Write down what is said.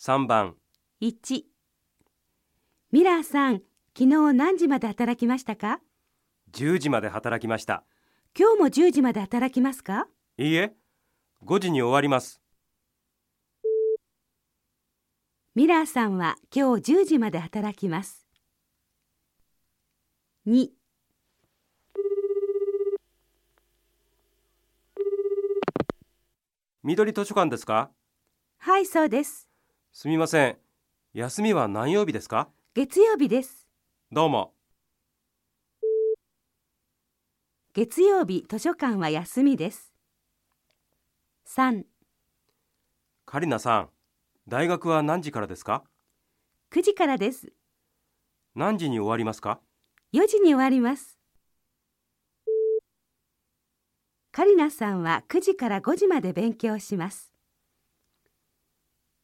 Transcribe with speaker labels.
Speaker 1: 3番
Speaker 2: 1ミラーさん、昨日何時まで働きましたか
Speaker 1: 10時まで働きました
Speaker 2: 今日も10時まで働きますか
Speaker 1: いいえ5時に終わります
Speaker 2: ミラーさんは今日10時まで働きます。2
Speaker 1: 緑図書館ですか
Speaker 2: はい、そうです。
Speaker 1: すみません休みは何曜日ですか
Speaker 2: 月曜日です。
Speaker 1: どうも
Speaker 2: 月曜日、図書館は休みです。3、
Speaker 1: カリナさん大学は何時からですか
Speaker 2: 9時からです。
Speaker 1: 何時に終わりますか
Speaker 2: 4時に終わります。カリナさんは9時から5時まで勉強します。